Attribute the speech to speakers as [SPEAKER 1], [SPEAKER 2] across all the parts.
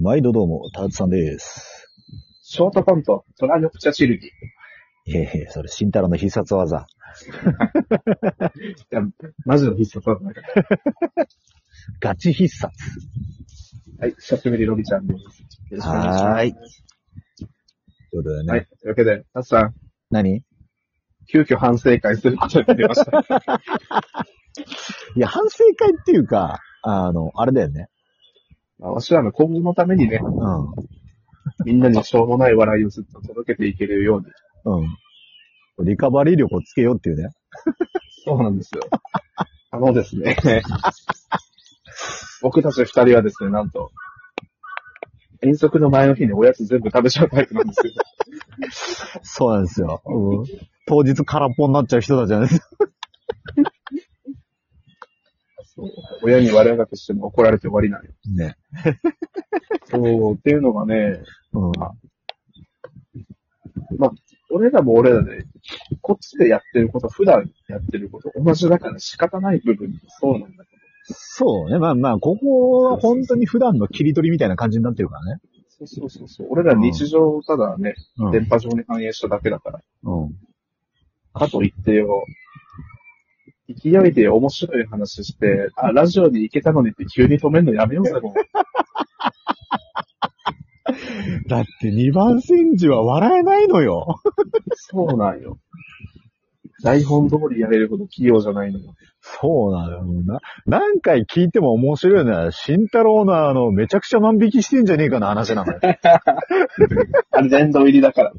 [SPEAKER 1] 毎度どうも、ターズさんです。
[SPEAKER 2] ショートコント、虎のプチャシルギ。
[SPEAKER 1] いやいや、それ、慎太郎の必殺技。
[SPEAKER 2] いやマジの必殺技だから。
[SPEAKER 1] ガチ必殺。
[SPEAKER 2] はい、久しぶり、ロビちゃんです。よろしくお願いしま。
[SPEAKER 1] はーい。ということですね。
[SPEAKER 2] はい、というわけで、タツさん、
[SPEAKER 1] 何い
[SPEAKER 2] 急遽反省会することになり ました。
[SPEAKER 1] や、反省会っていうか、あの、あれだよね。
[SPEAKER 2] まあ、わしらの今後のためにね、
[SPEAKER 1] う
[SPEAKER 2] みんなにしょうもない笑いをずっと届けていけるように。
[SPEAKER 1] ん。うん。リカバリー力をつけようっていうね。
[SPEAKER 2] そうなんですよ。あのですね、 僕たち二人はですね、なんと、遠足の前の日におやつ全部食べちゃうタイプなんですよ。
[SPEAKER 1] そうなんですよ。うん、当日空っぽになっちゃう人たちなんですよ。
[SPEAKER 2] そう親に悪あがきしても怒られて終わりなんよ。
[SPEAKER 1] ね。
[SPEAKER 2] そう、っていうのがね、
[SPEAKER 1] うん。
[SPEAKER 2] 俺らも俺らで、こっちでやってること、普段やってること、同じだから仕方ない部分もそうなんだけど。
[SPEAKER 1] そうね。まあまあ、ここは本当に普段の切り取りみたいな感じになってるからね。
[SPEAKER 2] そうそうそうそう。俺ら日常をただね、電波上に反映しただけだから。
[SPEAKER 1] うん。うん。
[SPEAKER 2] かといってよ、勢いで面白い話して、あ、ラジオに行けたのにって急に止めるのやめようぜ、もう。
[SPEAKER 1] だって2番煎じは笑えないのよ。
[SPEAKER 2] そうなんよ。台本通りやれるほど器用じゃないのよ。
[SPEAKER 1] そうなのな。何回聞いても面白いのは、慎太郎のあの、めちゃくちゃ万引きしてんじゃねえかな話な のよ。
[SPEAKER 2] あれ殿堂入りだから。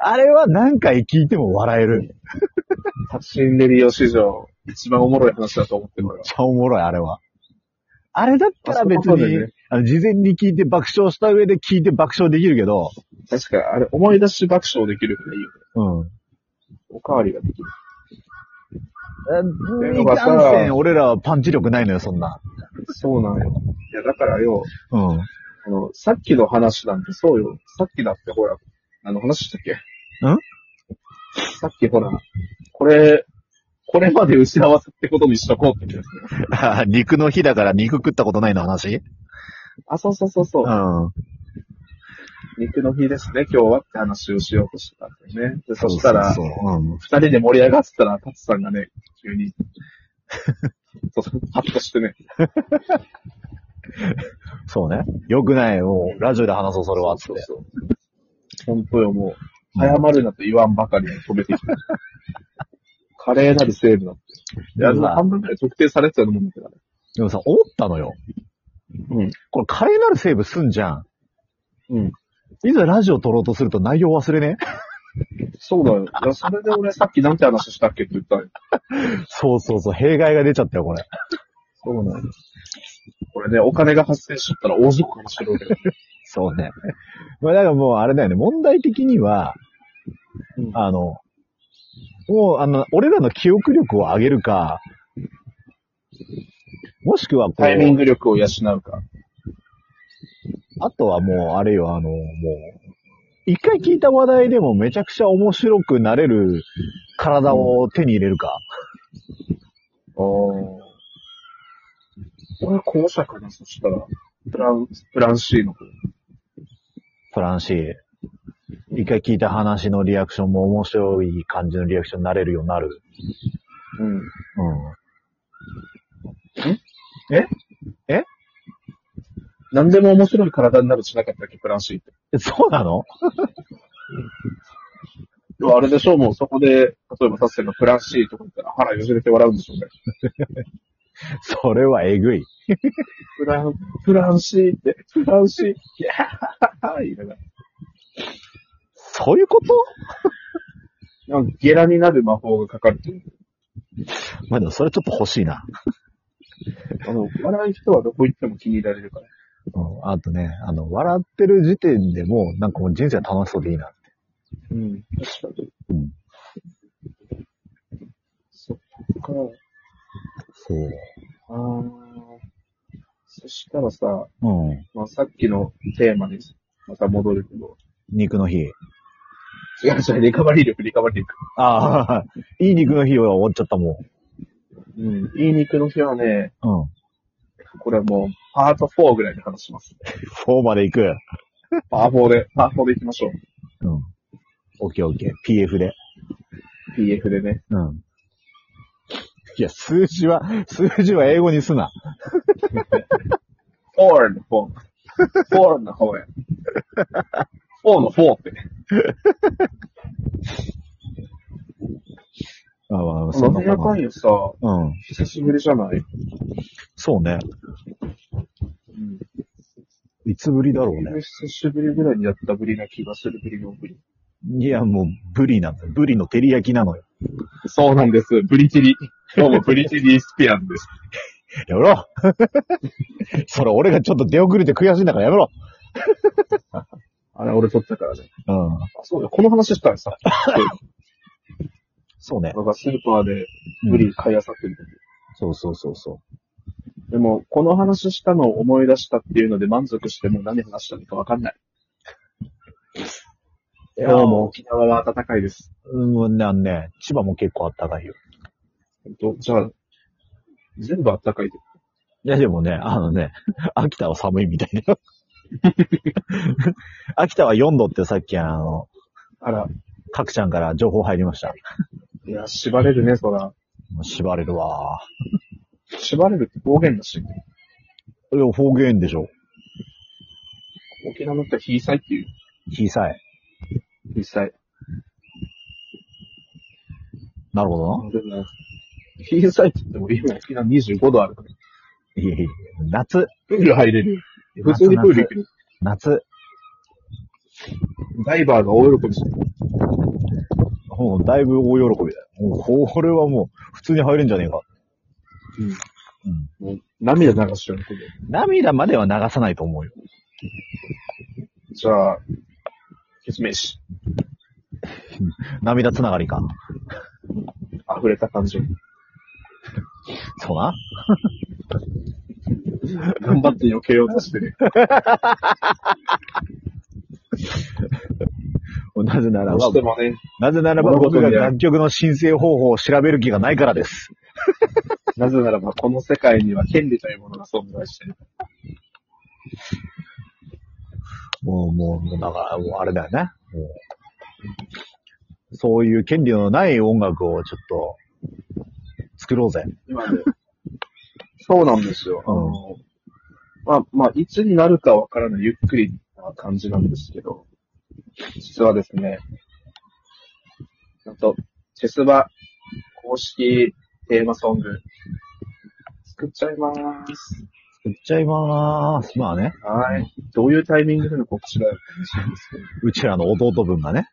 [SPEAKER 1] あれは何回聞いても笑える。めっ
[SPEAKER 2] 達人レディオ史上、一番おもろい話だと思ってるから。
[SPEAKER 1] ちゃおもろい、あれは。あれだったら別
[SPEAKER 2] あそうだ
[SPEAKER 1] に、
[SPEAKER 2] よね
[SPEAKER 1] あの事前に聞いて爆笑した上で聞いて爆笑できるけど、
[SPEAKER 2] 確かに、あれ思い出し爆笑できるからいいよね。
[SPEAKER 1] うん。
[SPEAKER 2] おかわりができる。
[SPEAKER 1] え
[SPEAKER 2] で
[SPEAKER 1] い
[SPEAKER 2] もさ
[SPEAKER 1] かんせん、俺らはパンチ力ないのよ、そんな。
[SPEAKER 2] そうなんよ。いや、だからよ、
[SPEAKER 1] うん。
[SPEAKER 2] あの、さっきの話なんてそうよ。さっきだってほら、あの話したっけ
[SPEAKER 1] ん
[SPEAKER 2] さっきほら、これ、これまで失わせってことにしとこうって。
[SPEAKER 1] 肉の日だから肉食ったことないの話
[SPEAKER 2] あ、そうそうそうそうう。
[SPEAKER 1] ん。
[SPEAKER 2] 肉の日ですね、今日はって話をしようとしてたんだよね。でそしたら、
[SPEAKER 1] そうそうそううん
[SPEAKER 2] 二人で盛り上がってたら、タツさんがね、急 に、そうそう、ハッとしてね。
[SPEAKER 1] そうね。よくない。もう、ラジオで話そう、それは。つっ
[SPEAKER 2] そう
[SPEAKER 1] て。
[SPEAKER 2] そうそう。本当よ、もう。早まるなと言わんばかりに止めて きた。華麗なるセーブだって。いや、
[SPEAKER 1] うわ
[SPEAKER 2] 半分くらい特定されてたと思うんだけどね。
[SPEAKER 1] でもさ、思ったのよ。
[SPEAKER 2] うん。
[SPEAKER 1] これ、華麗なるセーブすんじゃん。
[SPEAKER 2] うん。
[SPEAKER 1] いざラジオ撮ろうとすると内容忘れね。
[SPEAKER 2] そうだよ。いや、それで俺さっきなんて話したっけって言ったのよ。
[SPEAKER 1] そうそうそう、弊害が出ちゃったよ、これ。
[SPEAKER 2] そうなんです。これね、お金が発生しちゃったら大事故かもしれないけど。
[SPEAKER 1] そうね。まあ、だからもう、あれだよね。問題的には、
[SPEAKER 2] うん
[SPEAKER 1] あの、もう、あの、俺らの記憶力を上げるか、もしくはこう、
[SPEAKER 2] タイミング力を養うか。
[SPEAKER 1] あとはもう、あれよ、あの、もう、一回聞いた話題でもめちゃくちゃ面白くなれる体を手に入れるか。
[SPEAKER 2] おー。俺、後者かな、そしたら。プラン、プラン C の方。
[SPEAKER 1] フランシー。一回聞いた話のリアクションも面白い感じのリアクションになれるようになる。
[SPEAKER 2] うん。何でも面白い体になるしなかったっけ、プラン C って。
[SPEAKER 1] うん。そうなの
[SPEAKER 2] 要はあれでしょう、もうそこで、例えばサッセンがプランシーとか言ったら腹よじれて笑うんでしょうね。
[SPEAKER 1] それはえぐい。
[SPEAKER 2] プラン、プランシーって、プランシーって、いやははは言いながら
[SPEAKER 1] そういうこと
[SPEAKER 2] なんかゲラになる魔法がかかるという。
[SPEAKER 1] まあでもそれちょっと欲しいな。
[SPEAKER 2] あの、笑い人はどこ行っても気に入られるから。
[SPEAKER 1] うん。あとね、あの、笑ってる時点でもうなんかもう人生楽しそうでいいな。
[SPEAKER 2] うん。確かに。
[SPEAKER 1] うん。
[SPEAKER 2] そっか。
[SPEAKER 1] そう。
[SPEAKER 2] あー。そしたらさ、
[SPEAKER 1] うん。
[SPEAKER 2] まあ、さっきのテーマにまた戻るけど、
[SPEAKER 1] 肉の日。
[SPEAKER 2] 違う違う、リカバリー力、リカバリー力。
[SPEAKER 1] ああ、 いい肉の日を終わっちゃったもん。
[SPEAKER 2] うん。いい肉の日はね、
[SPEAKER 1] うん。
[SPEAKER 2] これはもう、パート4ぐらいで話します。
[SPEAKER 1] 4まで行く。
[SPEAKER 2] パー4で、パー4で行きましょう。
[SPEAKER 1] うん。オッケーオッケー。PF で。
[SPEAKER 2] PF でね。
[SPEAKER 1] うん。いや、数字は、数字は英語にすな。
[SPEAKER 2] 4の4。4の方や。4の4って。
[SPEAKER 1] あまあ、そ
[SPEAKER 2] なんぜ
[SPEAKER 1] な
[SPEAKER 2] や
[SPEAKER 1] も
[SPEAKER 2] か
[SPEAKER 1] ん
[SPEAKER 2] んよさ、
[SPEAKER 1] うん。
[SPEAKER 2] 久しぶりじゃない、
[SPEAKER 1] そうね。
[SPEAKER 2] うん、
[SPEAKER 1] いつぶりだろうね。
[SPEAKER 2] 久しぶりぐらいにやったぶりな気がするぶりのぶり。
[SPEAKER 1] いや、もう、ブリなんだ。ブリの照り焼きなのよ。
[SPEAKER 2] そうなんです。ブリティリ。どうもブリティリスピアンです。
[SPEAKER 1] やめろ それ、俺がちょっと出遅れて悔しいんだからやめろ
[SPEAKER 2] あれ、俺撮ったからね。
[SPEAKER 1] うん。
[SPEAKER 2] あ、そうだ、この話したらさ、
[SPEAKER 1] そうね。
[SPEAKER 2] なんかスーパーでブ
[SPEAKER 1] うん
[SPEAKER 2] リ買いあさってる時、
[SPEAKER 1] そうそうそうそ
[SPEAKER 2] でも、この話したのを思い出したっていうので満足してもう何話したのかわかんない。
[SPEAKER 1] う。
[SPEAKER 2] 今日も沖縄は暖かいです。
[SPEAKER 1] うん、なんね、千葉も結構あったかいよ。
[SPEAKER 2] ほんとじゃあ、全部暖かいで。
[SPEAKER 1] いや、でもね、あのね、秋田は寒いみたいだよ。 秋田は4度ってさっき、あの、
[SPEAKER 2] あら、
[SPEAKER 1] かくちゃんから情報入りました。
[SPEAKER 2] いや、縛れるね、そら。
[SPEAKER 1] もう縛れるわ
[SPEAKER 2] 縛れるって方言だし。
[SPEAKER 1] ー。いや、方言でしょ。
[SPEAKER 2] 沖縄の人はヒーサイっていう。
[SPEAKER 1] 小さい。
[SPEAKER 2] ヒーサイ。
[SPEAKER 1] なるほどな。
[SPEAKER 2] でもねヒーサイって言っても今沖縄25度あるから。
[SPEAKER 1] いやいや夏。
[SPEAKER 2] プール入れるよ。普通にプール行くよ。
[SPEAKER 1] 夏。
[SPEAKER 2] ダイバーが大喜びしてる。
[SPEAKER 1] もうだいぶ大喜びだよ。もうこれはもう普通に入れんじゃねえか。うん。
[SPEAKER 2] もう涙流してるけど。
[SPEAKER 1] 涙までは流さないと思うよ。
[SPEAKER 2] じゃあ、説明し。
[SPEAKER 1] 涙つながりか。
[SPEAKER 2] 溢れた感じ。
[SPEAKER 1] そうな。
[SPEAKER 2] 頑張って避けようとしてる。
[SPEAKER 1] なぜな
[SPEAKER 2] ど
[SPEAKER 1] ら
[SPEAKER 2] う
[SPEAKER 1] ば
[SPEAKER 2] し、てもね、
[SPEAKER 1] なぜならば僕が楽曲の申請方法を調べる気がないからです。
[SPEAKER 2] なぜならばこの世界には権利というものが存在してる。
[SPEAKER 1] もう、もう、だから、もうあれだよね。もうそういう権利のない音楽をちょっと、作ろうぜ。
[SPEAKER 2] 今ね。そうなんですよ。
[SPEAKER 1] うん
[SPEAKER 2] あの、まあ、まあ、いつになるかわからないゆっくりな感じなんですけど、実はですね、なんと、チェスバ公式テーマソング、作っちゃいまーす。
[SPEAKER 1] 作っちゃいまーす。まあね、
[SPEAKER 2] はい。どういうタイミングでの告知だよって話なんですけど。
[SPEAKER 1] うちらの弟分がね。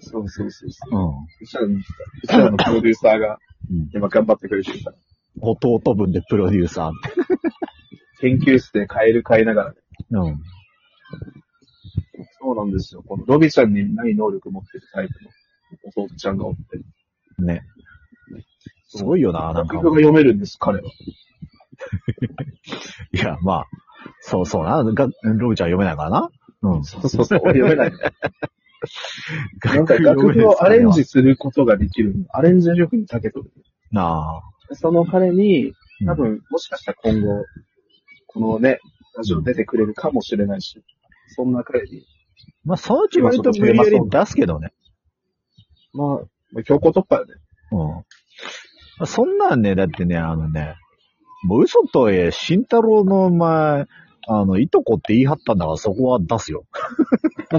[SPEAKER 2] そうそうそうそう。
[SPEAKER 1] うん。
[SPEAKER 2] うちらの、うちらのプロデューサーが
[SPEAKER 1] うん、
[SPEAKER 2] 今頑張ってくれてるから。
[SPEAKER 1] 弟分でプロデューサー。
[SPEAKER 2] 研究室でカエル飼いながらね。
[SPEAKER 1] うん。
[SPEAKER 2] そうなんですよ。このロビちゃんにない能力持ってるタイプの弟ちゃんがおって。
[SPEAKER 1] ね。すごいよな、なん
[SPEAKER 2] 楽
[SPEAKER 1] か
[SPEAKER 2] 曲。が読めるんです、彼は。
[SPEAKER 1] いや、まあ、そうそうな。がロビちゃん読めないからな。うん。
[SPEAKER 2] そうそうそう。俺読めないね。なんか
[SPEAKER 1] 読
[SPEAKER 2] 楽
[SPEAKER 1] めない
[SPEAKER 2] 譜をアレンジすることができる。アレンジ力に長けとる。
[SPEAKER 1] なあ。
[SPEAKER 2] その彼に、多
[SPEAKER 1] うん。
[SPEAKER 2] 分、もしかしたら今後、このね、ラジオ出てくれるかもしれないし、そんな彼に、
[SPEAKER 1] まあ、そのうち割と無理やり出すけどね。
[SPEAKER 2] まあ、強行突破よね。
[SPEAKER 1] うんまあ。そんなんね、だってね、あのね、もう嘘とはいえ、慎太郎のお前、あの、いとこって言い張ったんだからそこは出すよ。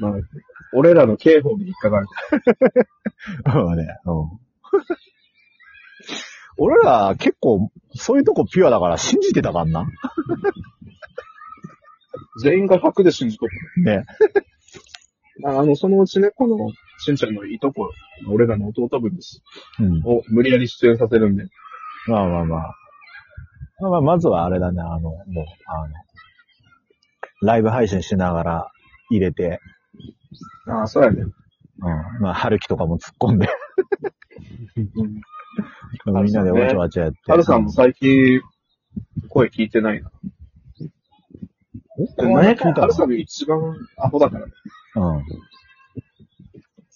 [SPEAKER 2] まあ、俺らの刑法に引っかかる。
[SPEAKER 1] うんね、うん。 俺ら結構、そういうとこピュアだから信じてたからな。
[SPEAKER 2] 全員が100で信じとる。
[SPEAKER 1] ね。
[SPEAKER 2] まあ、あの、そのうちね、この、しんちゃんのいとこ、俺らの弟分です。
[SPEAKER 1] うん。
[SPEAKER 2] を無理やり出演させるんで。
[SPEAKER 1] まあまあまあ。まあまあ、まずはあれだね、あの、もう、あの、ライブ配信しながら入れて、
[SPEAKER 2] ああ、そうやね。
[SPEAKER 1] うん。まあ、春樹とかも突っ込んで、みんなでわちゃわちゃやって。
[SPEAKER 2] ハルさんも最近、声聞いてないな。
[SPEAKER 1] おこの間聞いた
[SPEAKER 2] ハ
[SPEAKER 1] の
[SPEAKER 2] ルさんが一番アホだからね。
[SPEAKER 1] うん。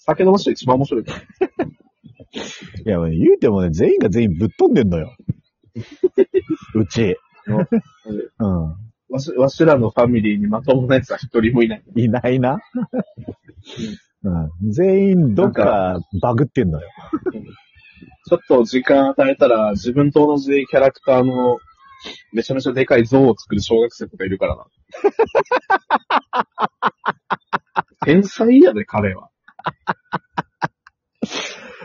[SPEAKER 2] 酒飲まして一番面白いから。
[SPEAKER 1] いや、言うてもね、全員が全員ぶっ飛んでんのよ。うち。
[SPEAKER 2] の、
[SPEAKER 1] うん。
[SPEAKER 2] わし、わしらのファミリーにまともなやつは一人もいない。
[SPEAKER 1] いないな。うん、全員どっかバグってんのよ。
[SPEAKER 2] ちょっと時間与えたら、自分と同じキャラクターの、めちゃめちゃでかい像を作る小学生とかいるからな。天才やで、彼は。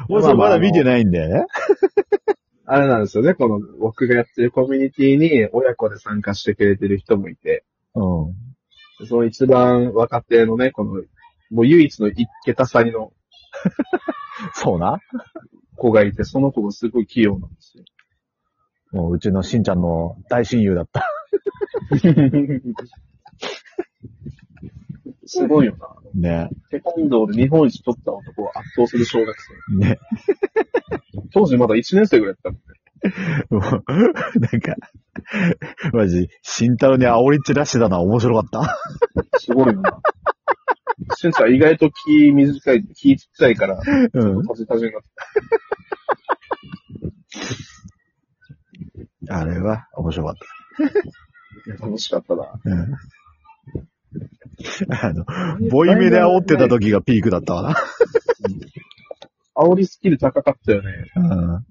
[SPEAKER 1] 俺それまだ見てないんだよね。
[SPEAKER 2] あれなんですよね、この、僕がやってるコミュニティに親子で参加してくれてる人もいて、
[SPEAKER 1] うん。
[SPEAKER 2] その一番若手のね、この、もう唯一の一桁差の
[SPEAKER 1] そうな。
[SPEAKER 2] 子がいて、その子がすごい器用なんですよ。
[SPEAKER 1] もううちのしんちゃんの大親友だった。
[SPEAKER 2] すごいよな。
[SPEAKER 1] ね。
[SPEAKER 2] テコンドーで日本一取った男を圧倒する小学生。
[SPEAKER 1] ね。
[SPEAKER 2] 当時まだ1年生ぐらいだったんで。
[SPEAKER 1] もうなんか、マジ、慎太郎に煽り散らしてたのは面白かった。
[SPEAKER 2] すごいよな。しゅんちゃん意外と気短い、気ちっちゃいから、
[SPEAKER 1] うん。
[SPEAKER 2] タジタジになって
[SPEAKER 1] あれは面白かった
[SPEAKER 2] 楽しかったな。。
[SPEAKER 1] うん。あの、ボイメで煽ってた時がピークだったわ
[SPEAKER 2] 煽りスキル高かったよね。
[SPEAKER 1] な。う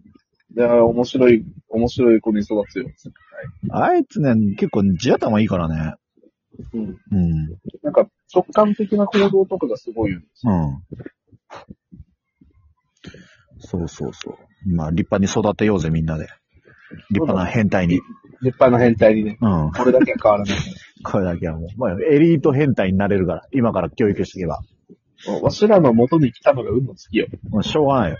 [SPEAKER 1] ん。
[SPEAKER 2] いやー、面白い、面白い子に育つよ。
[SPEAKER 1] あいつね、結構地頭いいからね。
[SPEAKER 2] うん。
[SPEAKER 1] うん。
[SPEAKER 2] なんか、直感的な行動とかがすごいよね。
[SPEAKER 1] うん。そうそうそう。まあ、立派に育てようぜ、みんなで。立派な変態に。
[SPEAKER 2] 立派な変態にね。
[SPEAKER 1] うん。
[SPEAKER 2] これだけは変わらない。
[SPEAKER 1] これだけはもう、まあ、エリート変態になれるから、今から教育していけば。
[SPEAKER 2] わしらの元に来たのが運の月よ。
[SPEAKER 1] もうしょうがないよ。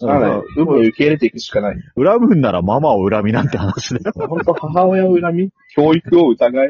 [SPEAKER 2] だから、運を受け入れていくしかない。
[SPEAKER 1] 恨むんならママを恨みなんて話だよ。
[SPEAKER 2] 本当母親を恨み、教育を疑い、